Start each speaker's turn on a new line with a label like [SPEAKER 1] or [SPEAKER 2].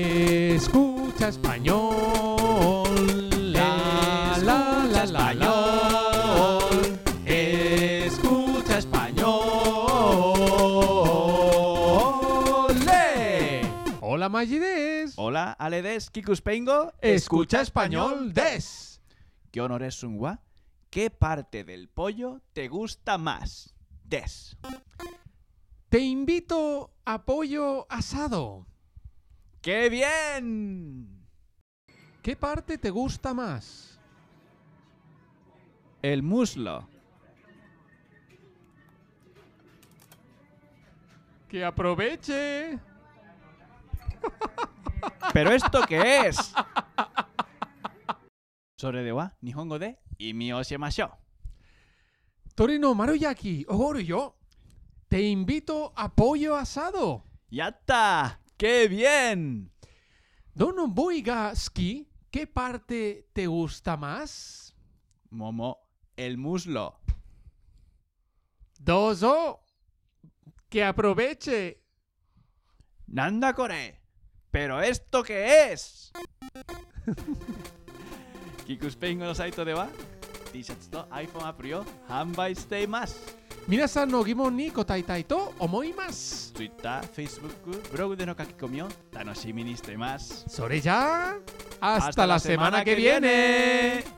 [SPEAKER 1] Escucha español. La la la la español. Escucha español. ¡Ole! Hola Magides.
[SPEAKER 2] Hola, Aledes, Kikuspengo.
[SPEAKER 1] Escucha español des.
[SPEAKER 2] ¿Qué honor es un gua? ¿Qué parte del pollo te gusta más? Des.
[SPEAKER 1] Te invito a pollo asado.
[SPEAKER 2] ¡Qué bien!
[SPEAKER 1] ¿Qué parte te gusta más?
[SPEAKER 2] El muslo.
[SPEAKER 1] Que aproveche.
[SPEAKER 2] ¿Pero esto qué es? Sobre de wa, Nihongo de y mi Oshemashou.
[SPEAKER 1] Torino Maruyaki, Ogoro y yo. Te invito a pollo asado.
[SPEAKER 2] ¡Yatta! ¡Qué bien!
[SPEAKER 1] Dono Boigaski, ¿qué parte te gusta más?
[SPEAKER 2] Momo, el muslo.
[SPEAKER 1] Dozo, que aproveche.
[SPEAKER 2] Nanda Kore. ¿Pero esto qué es? Kikuspengo no saito de wa, T-shirts to iPhone app を販売しています。
[SPEAKER 1] Minasan no gimon ni kotai to omoimasu.
[SPEAKER 2] Twitter、Facebook、ブログでの書き込みを楽しみにしています。
[SPEAKER 1] Sore ya. Hasta, la semana que viene.
[SPEAKER 2] viene.